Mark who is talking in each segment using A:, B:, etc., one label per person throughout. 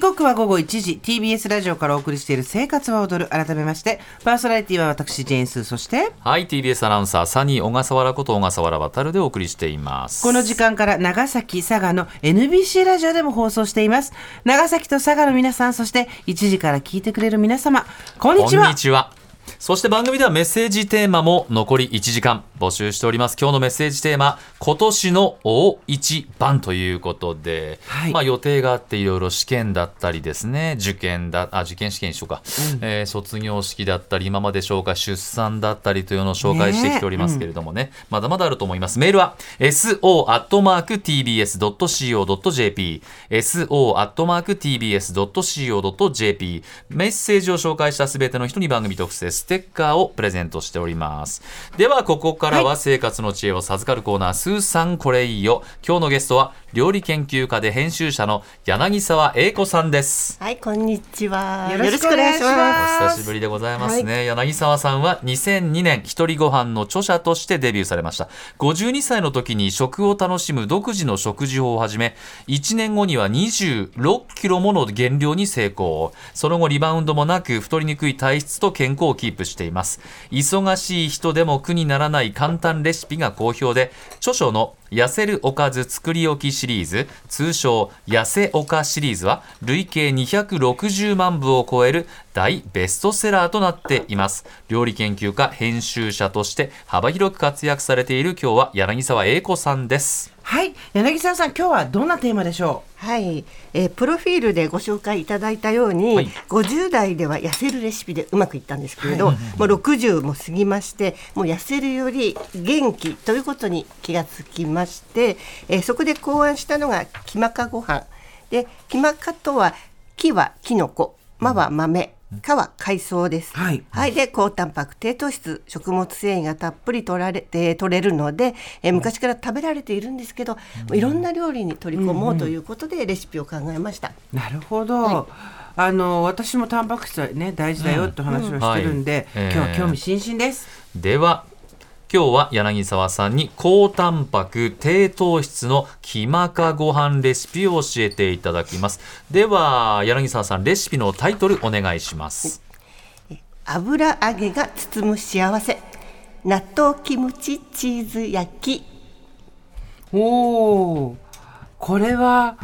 A: 刻は午後1時 TBS ラジオからお送りしている「生活は踊る」改めましてパーソナリティは私ジェーンスーそして
B: はい TBS アナウンサーサニー小笠原こと小笠原渉でお送りしています
A: この時間から長崎佐賀の NBC ラジオでも放送しています長崎と佐賀の皆さんそして1時から聞いてくれる皆様こんにち
B: こん
A: は
B: にちはそして番組ではメッセージテーマも残り1時間募集しております今日のメッセージテーマ今年の大一番ということで、
A: はい
B: まあ予定があっていろいろ試験だったりですね受験だあ受験試験にしようか、えー卒業式だったり今まで紹介出産だったりというのを紹介してきておりますけれどもねまだまだあると思いますメールは so.tbs.co.jp so.tbs.co.jp メッセージを紹介したすべての人に番組特製ステッカーをプレゼントしておりますではここからは生活の知恵を授かるコーナー、スーさんこれいいよ今日のゲストは料理研究家で編集者の柳沢英子さんです
C: はい、こんにちは。
A: よろしくお願い
C: よろくお願い
A: します
C: し
B: お久しぶりでございますね、柳沢さんは2002年一人ご飯の著者としてデビューされました52歳の時に食を楽しむ独自の食事法をはじめ1年後には26キロもの減量に成功その後リバウンドもなく太りにくい体質と健康をキープしています忙しい人でも苦にならない簡単レシピが好評で著書の痩せるおかず作り置きシリーズ通称痩せおかシリーズは累計260万部を超える大ベストセラーとなっています料理研究家編集者として幅広く活躍されている今日は柳沢英子さんです
A: はい柳沢さん今日はどんなテーマでしょう
C: ますはい、えープロフィールでご紹介いただいたように、
B: はい
C: 50代では痩せるレシピでうまくいったんですけれど、もう60も過ぎまして、もう痩せるより元気ということに気がつきまして、えーそこで考案したのがキマカご飯で、キマカとは木はキノコ、マは豆、かは海藻です。
A: はい
C: はい、で高タンパク低糖質食物繊維がたっぷり取られて取れるので、えー昔から食べられているんですけど、いろんな料理に取り込もうということでレシピを考えました。
A: なるほど、あの私もタンパク質はね大事だよって話をしてるんで、
B: うんうんはい
A: 今日は興味津々です、
B: では今日は柳沢さんに高タンパク低糖質のキマカご飯レシピを教えていただきますでは柳沢さんレシピのタイトルお願いします
C: 油揚げが包む幸せ納豆キムチチーズ焼き
A: おおこれは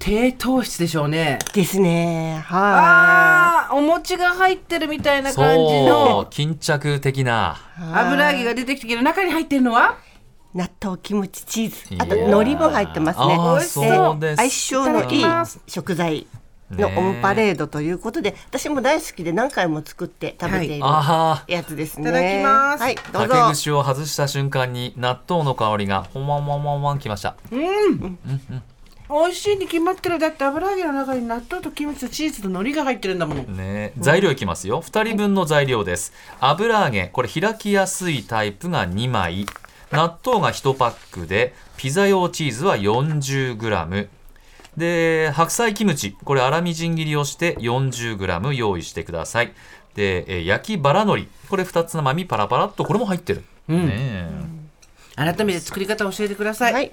A: 低糖質でしょうね
C: ですね。は。
A: ああお餅が入ってるみたいな感じ
B: そ
A: の
B: う巾着的ない
A: 油揚げが出てきてけど中に入ってるのは
C: 納豆キムチチーズ
B: いや
C: あと
B: ー
C: 海苔も入ってますね
B: あー
A: 美味しそう
B: そうです
C: 相性のい
A: い
C: い
A: ただきます
C: 食材のオンパレードということで、私も大好きで何回も作って食べている
B: あ
C: やつですね、
A: いただきます
C: はいどう
B: ー竹
C: ぞ
B: 串を外した瞬間に納豆の香りがほんわんわんわんわんきました
A: 美味しいに決まってるだって油揚げの中に納豆とキムチとチーズと海苔が入ってるんだもん
B: ね、材料いきますよ2人分の材料です油揚げこれ開きやすいタイプが2枚納豆が1パックでピザ用チーズは 40g で白菜キムチこれ粗みじん切りをして 40g 用意してくださいでえー焼きバラのりこれ2つのまみパラパラっとこれも入ってる、ねえ
A: 改めて作り方教えてください、
C: はい、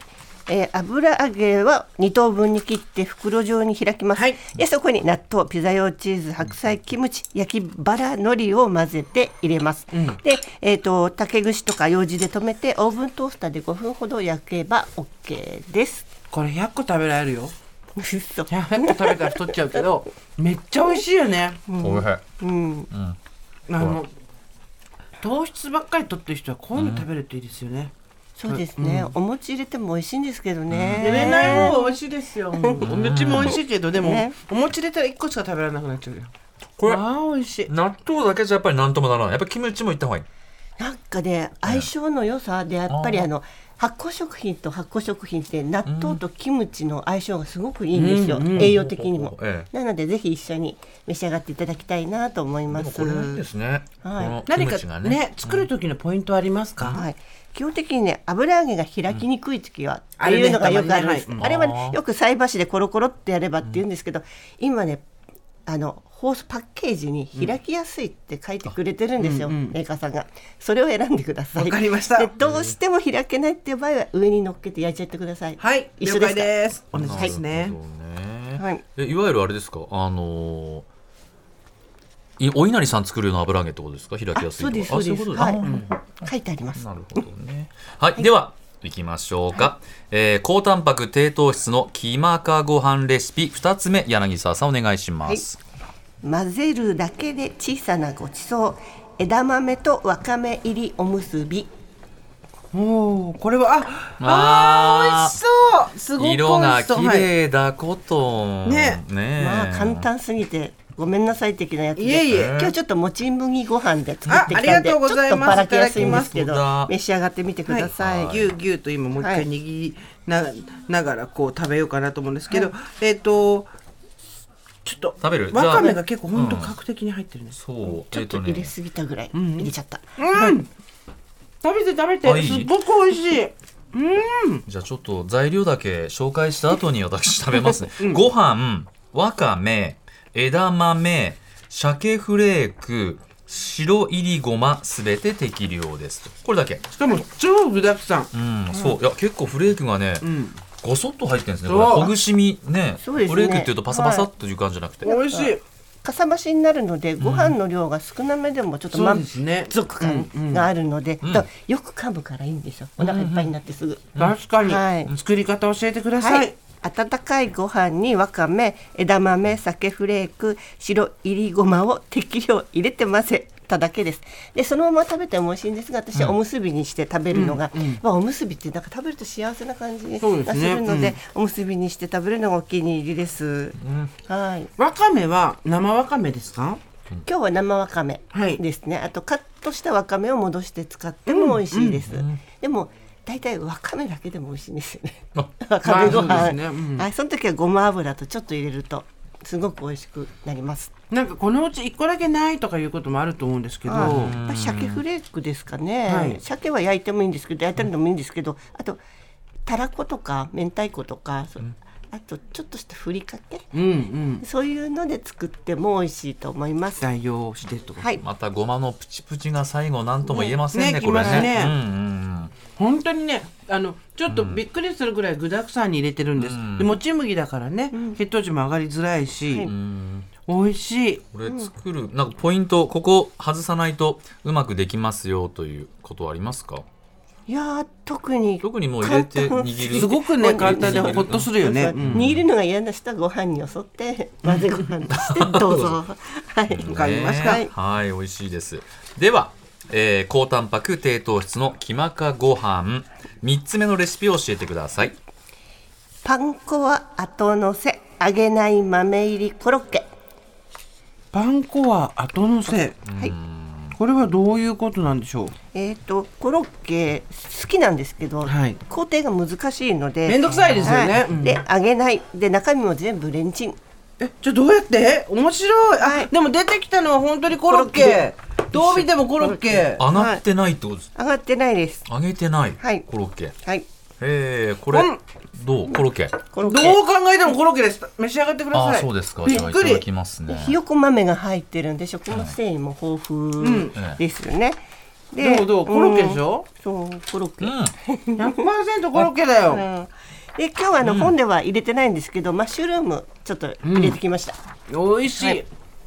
C: えー油揚げは2等分に切って袋状に開きます、
A: はい
C: でそこに納豆ピザ用チーズ白菜キムチ焼きバラ海苔を混ぜて入れます、で、えー、と竹串とか用紙で留めてオーブントースターで5分ほど焼けば OK です
A: これ100個食べられるよ
C: 嘘
A: 100個食べたら太っちゃうけど めっちゃ美味しいよね
B: おいしい
C: うん、
A: あの糖質ばっかり取ってる人はこういうの食べるといいですよね、
C: そうですね、お餅入れても美味しいんですけどね。
A: 入れない方が美味しいですよ。お餅も美味しいけど、でも、
C: ね
A: お餅入れたら一個しか食べられなくなっちゃうよ。
B: これ
A: ああ、美味しい。
B: 納豆だけじゃやっぱりなんともならないやっぱりキムチもいった方がいい
C: なんかね、相性の良さでやっぱり
B: あー
C: あの発酵食品と発酵食品って納豆とキムチの相性がすごくいいんですよ、
A: うんうん
C: 栄養的にも、
B: え
C: なのでぜひ一緒に召し上がっていただきたいなと思いま
B: ですもこれはいいですね、
C: はい
B: このキ
A: 何
B: ムチが
A: か
B: ね
A: ね、作る時のポイントありますか。
C: はい、基本的にね油揚げが開きにくい時は
A: うん
C: っていうのがよくあるんです、
A: あれね
C: あれは、ね
B: あ、ー
C: よく菜箸でコロコロってやればって言うんですけど、今ねあのホースパッケージに開きやすいって書いてくれてるんですよ、メーカーさんがそれを選んでください
A: わかりました
C: でどうしても開けないっていう場合は上に乗っけて焼いちゃってください
A: はい、
C: 一緒ですか
A: 了解です。同じですね。
B: そうねね、
C: はい
B: えいわゆるあれですかあのーいお稲荷さん作るような油揚げってことですか開きやすい
C: あそ
B: とか
C: うですそうです
B: いうことです、
C: はい
B: あうん
C: 書いてあります。
B: なるほどね。はい、では。いきましょうか、えー高タンパク低糖質のキマカご飯レシピ2つ目柳沢さんお願いします、
C: 混ぜるだけで小さなごちそう枝豆とわかめ入りおむすび
A: おおこれはああ
B: あ
A: ー美味しそうすごく美味しそう
B: 色が綺
A: はい
B: 麗だこと、
A: ね
B: ねえ
C: まあ簡単すぎてごめんなさい的なやつで
A: いえいえ
C: 今日ちょっともち麦ご飯で作ってき
A: ああ
C: たん
A: りが
C: で
A: とうござ
C: ちょ
A: います
C: っとばらけやすいんですけ
B: いただきま
C: ど
B: す
C: 召し上がってみてください、
A: ぎゅうぎゅうと今もう一回握りな,、ながらこう食べようかなと思うんですけど、えっ、とちょっと
B: 食べる
A: わかめ
B: じゃ
A: が
B: あ
A: 結構ほんと角的に入ってるんです、
B: そう
C: ちょっと
B: えー
C: 入れすぎたぐらい入れちゃった、
A: 食べて食べ
B: あ
A: て
B: いい
A: すっごく美味しい
B: じゃあちょっと材料だけ紹介した後に私食べますね。ご飯、わかめ、枝豆、鮭フレーク、白いりごま、すべて適量ですと。これだけ。
A: しかも超具だくさん
B: うん、そう。いや、結構フレークがね、
A: ん
B: ごそっと入ってるんですね。
A: そう
B: これほぐしみね。
C: そうですね
B: フレークっていうとパサパサっていう感じじゃなくて。
A: 美味しい
C: かさ増しになるのでご飯の量が少なめでもちょっと
A: そう
C: 満
A: ですね
C: 足感があるので、とよく噛むからいいんですよお腹いっぱいになってすぐ、
A: 確かに、
C: はい
A: 作り方教えてください、
C: はい。温かいご飯にわかめ、枝豆、酒フレーク、白いりごまを適量入れて混ぜただけです。で、そのまま食べても美味しいんですが、私はおむすびにして食べるのが、まあおむすびってなんか食べると幸せな感じがす
A: そう
C: る
A: ですね
C: ので、おむすびにして食べるのがお気に入りです。はい。
A: わかめは生わかめですか
C: 今日は生わかめ
A: はい
C: ですね、あとカットしたわかめを戻して使っても美味しいです、でも大体わかめだけでも美味しいんですよね
B: あ
C: わ かめご飯、
A: まあ
C: は
A: そうですねうん
C: いその時はごま油とちょっと入れるとすごく美味しくなります
A: なんかこのうち一個だけないとかいうこともあると思うんですけど、
C: あやっぱり鮭フレークですかね、
A: はい
C: 鮭は焼いてもいいんですけど焼いてるのもいいんですけどあとたらことか明太子とか、そあとちょっとしたふりかけ
A: うんうん
C: そういうので作っても美味しいと思います
A: 代用してってこと
C: はい
B: またごまのプチプチが最後なんとも言えません
A: ね
B: ね、
A: ね
B: これ
A: きますね
B: ね。うんうん
A: 本当にねあのちょっとびっくりするぐらい具沢山に入れてるんです、でもち麦だからね、血糖値も上がりづらいし、
C: はい
A: 美味しい
B: うんこれ作る、なんかポイント、ここ外さないとうまくできますよということはありますか
C: いやー特に
B: 特にもう入れて
C: 簡単
B: 握る。
A: すごくね簡単でほっとするよね、
C: そう
A: う
C: そうん握るのが嫌な人はご飯によそって混ぜご飯と してどうぞはい
A: わかりました
B: ねはい、美味しいです。では、えー高タンパク低糖質のキマカご飯三つ目のレシピを教えてください。
C: パン粉は後乗せ揚げない豆入りコロッケ
A: パン粉は後のせ
C: はい
A: これはどういうことなんでしょう
C: えー、とコロッケ好きなんですけど、
A: はい
C: 工程が難しいので
A: めんどくさいですよね
C: は
A: うん
C: で揚げないで中身も全部レンチン
A: えじゃあどうやって面白いあ、
C: はい
A: でも出てきたのは本当にコロッ
C: コロ
A: ケどう見てもコロッケ
B: 上がってないってことです。
C: 上がってないです
B: 揚げてない、
C: はい
B: コロッケ。
C: はい
B: えー、これ、
A: うん
B: どうコロッケ。
C: コロ
A: ど
C: ッ
A: う
C: ケ
A: 考えてもコロッケです召し上がってくだ
B: あ
A: さい
B: あ、そうですか。
A: び
B: じ
A: っ
B: ゃあい
A: く
B: ただ
A: り
B: きますね。
C: ひよこ豆が入ってるんで食物繊維も豊富ですよね、
A: どうどうコロッケでし
C: うん
A: ょ
C: そうコロッケ、
B: うん、
A: 100%コロッケだよ
C: で今日はあの本では入れてないんですけど、マッシュルームちょっと入れてきました、
A: 美味しい、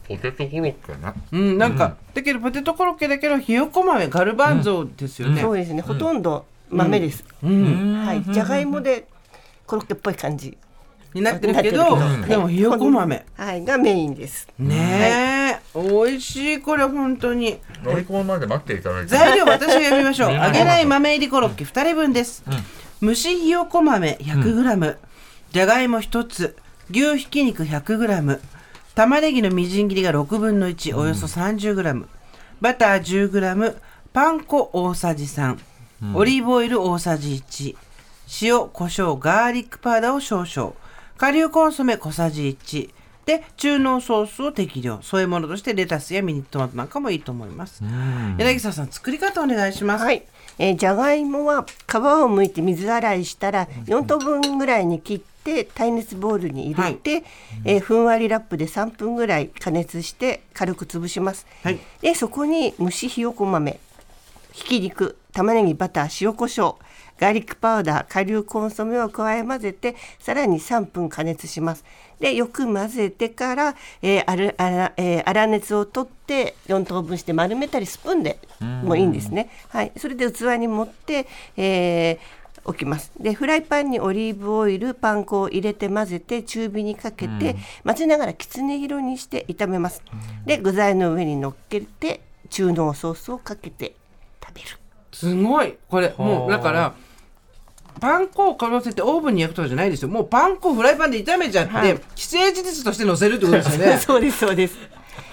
B: ポテトコロッケね。
A: うんなんか、だけどポテトコロッケだけどひよこ豆ガルバンゾですよね、
C: そうですね、ほとんど豆です、はい、じゃがいもでコロッケっぽい感じ、
A: になってるけど、
C: なってるけど
A: でもひよこ豆、
C: はい、がメインです
A: ねえ、美味しいこれ本当に
B: 乗り込むまで待っていただい
A: 材料私が読みましょう
B: ね
A: 揚げない豆入りコロッケ2人分です、蒸しひよこ豆 100g じゃがいも1つ牛ひき肉 100g 玉ねぎのみじん切りが6分の1およそ 30g バター 10g パン粉大さじ3オリーブオイル大さじ1塩コショウガーリックパウダーを少々顆粒コンソメ小さじ1で中濃ソースを適量添え物としてレタスやミニトマトなんかもいいと思います柳沢さん作り方お願いします、
C: はい、えー、じゃがいもは皮を剥いて水洗いしたら4等分ぐらいに切って耐熱ボウルに入れて、えーふんわりラップで3分ぐらい加熱して軽く潰します、
A: はい
C: でそこに蒸しひよこ豆ひき肉玉ねぎバター塩コショウガーリックパウダー顆粒コンソメを加え混ぜてさらに3分加熱しますでよく混ぜてから、えーあるあらえー粗熱を取って4等分して丸めたりスプーンでもいいんですね、はい、それで器に盛って、えー置きますでフライパンにオリーブオイルパン粉を入れて混ぜて中火にかけて、混ぜながらきつね色にして炒めます、で具材の上に乗っけて中濃ソースをかけて食べる
A: すごいこれも
B: は
A: う
B: あ
A: だからパン粉をかぶせてオーブンに焼くとかじゃないですよもうパン粉をフライパンで炒めちゃって、
C: はい
A: 既成事実として乗せるってことです よね
C: そうですそうです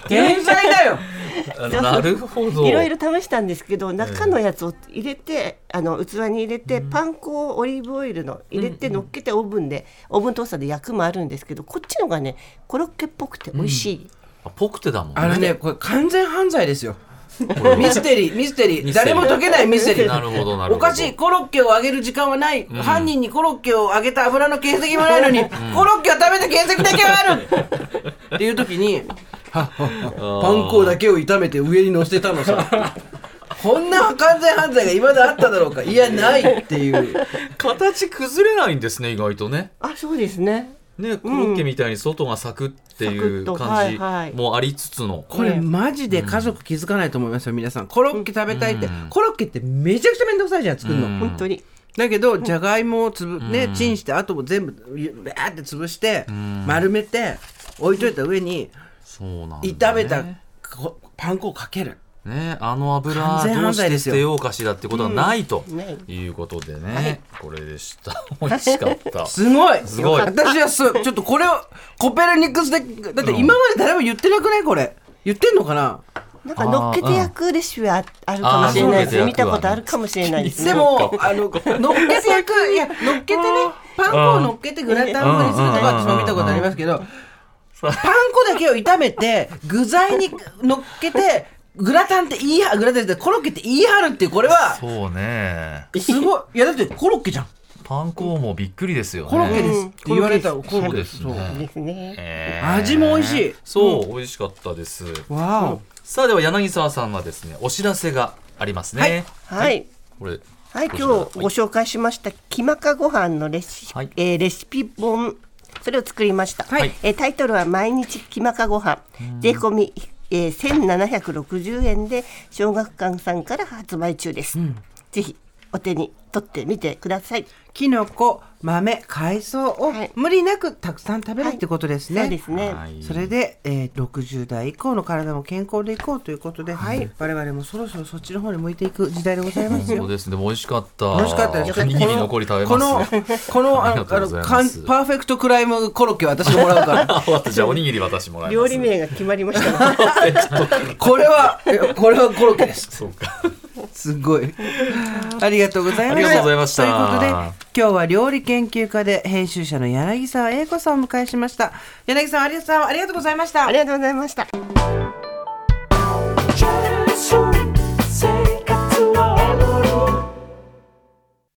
A: 天才だよ
B: なるほど
C: いろいろ試したんですけど中のやつを入れて、あの器に入れて、パン粉をオリーブオイルの入れて乗っけてオーブンで、オーブントースターで焼くもあるんですけどこっちのがねコロッケっぽくて美味しい、
B: あポクテだもん
A: あの
B: ね
A: ねこれ完全犯罪ですよ
B: これは
A: ミステリーミステリー
B: ミステ
A: 誰
B: リー
A: も解けないミステリー
B: なるほどなるほど
A: おかしいコロッケを揚げる時間はない、犯人にコロッケを揚げた油の形跡もないのに、コロッケを食べた形跡だけはあるっていう時にはっはっはパン粉だけを炒めて上に乗せたのさこんな完全犯罪が今まであっただろうかいやないっていう
B: 形崩れないんですね意外とね
C: あそうですね
B: ねコロッケみたいに外がサクってい
C: サクッ
B: う
C: と
B: 感
C: はいは
B: じ
C: い
B: もありつつの、
A: これマジで家族気づかないと思いますよ皆さんコロッケ食べたいって、コロッケってめちゃくちゃ面倒くさいじゃん作るの、
B: うん
C: 本当に、
A: だけどじゃがいもをつぶ、ね、チンしてあとも全部バーって潰して丸めて置いといた上に
B: そうなんだ、ね、
A: 炒めたこパン粉をかける
B: ね、あの油
A: 完全
B: どう
A: 犯
B: し
A: 罪で
B: て
A: す
B: 捨
A: よ
B: てようかしらってことはないと
C: うんない
B: いうことでね、これでした美味しかった
A: すごい
B: すごい
A: 私はそうちょっとこれをコペルニクスでだって今まで誰も言ってなくないこれ言ってんのかな
C: なんか乗っけて焼くレシピはああるかもしれないです
B: あー
C: 見たことあるかもしれないですね
A: でもあの乗っけて焼くいや乗っけてねパン粉を乗っけてグラタン風にするとか私も見たことありますけどパン粉だけを炒めて具材に乗っけてグラタンって言いはグラタンってコロッケって言い張るっていうこれは
B: そうね
A: すごいいやだってコロッケじゃん
B: パン粉もびっくりですよね
A: コロッケですって言われたら
C: うん
A: コロッケ
B: そうですね
C: ですね
B: えー
A: 味も美味しい
B: そう、美味しかったです
A: わお
B: さあでは柳沢さんはですねお知らせがありますね
C: はい、
B: これ
C: はい、
B: こ
C: 今日
B: ちら
C: ご紹介しましたきまかご飯のレシ,、
B: はい
C: えーレシピ本それを作りました、
A: はい
C: えータイトルは「毎日きまかご飯税込み、えー、1760円で小学館さんから発売中です、ぜひお手に取ってみてください
A: きのこ豆海藻を
C: はい
A: 無理なくたくさん食べるってことですね、
C: そうですね、
B: はい
A: それで、えー、60代以降の体も健康でいこうということで、はい、我々もそろそろそっちの方に向いていく時代でございます
B: そ
A: よ
B: う。ですねでも美味しかった
A: 楽しかったです。
B: おにぎり残り食べます
A: この、この、あ
B: あり
A: の、
B: がと
A: あ
B: うご
A: の
B: ざい
A: か
B: ま
A: ん
B: す
A: パーフェクトクライムコロッケは私がもらうから。
B: あ終わったじゃあおにぎり私もらいます
C: 料理名が決まりましたので
A: これは、これはコロッケです。
B: そうか
A: すごい。ありがとうございました。
B: ありがとうございました
A: ということで、今日は料理研究家で編集者の柳沢英子さんをお迎えしました。柳さん、ありがとうありがとうございました
C: あり。がとうございました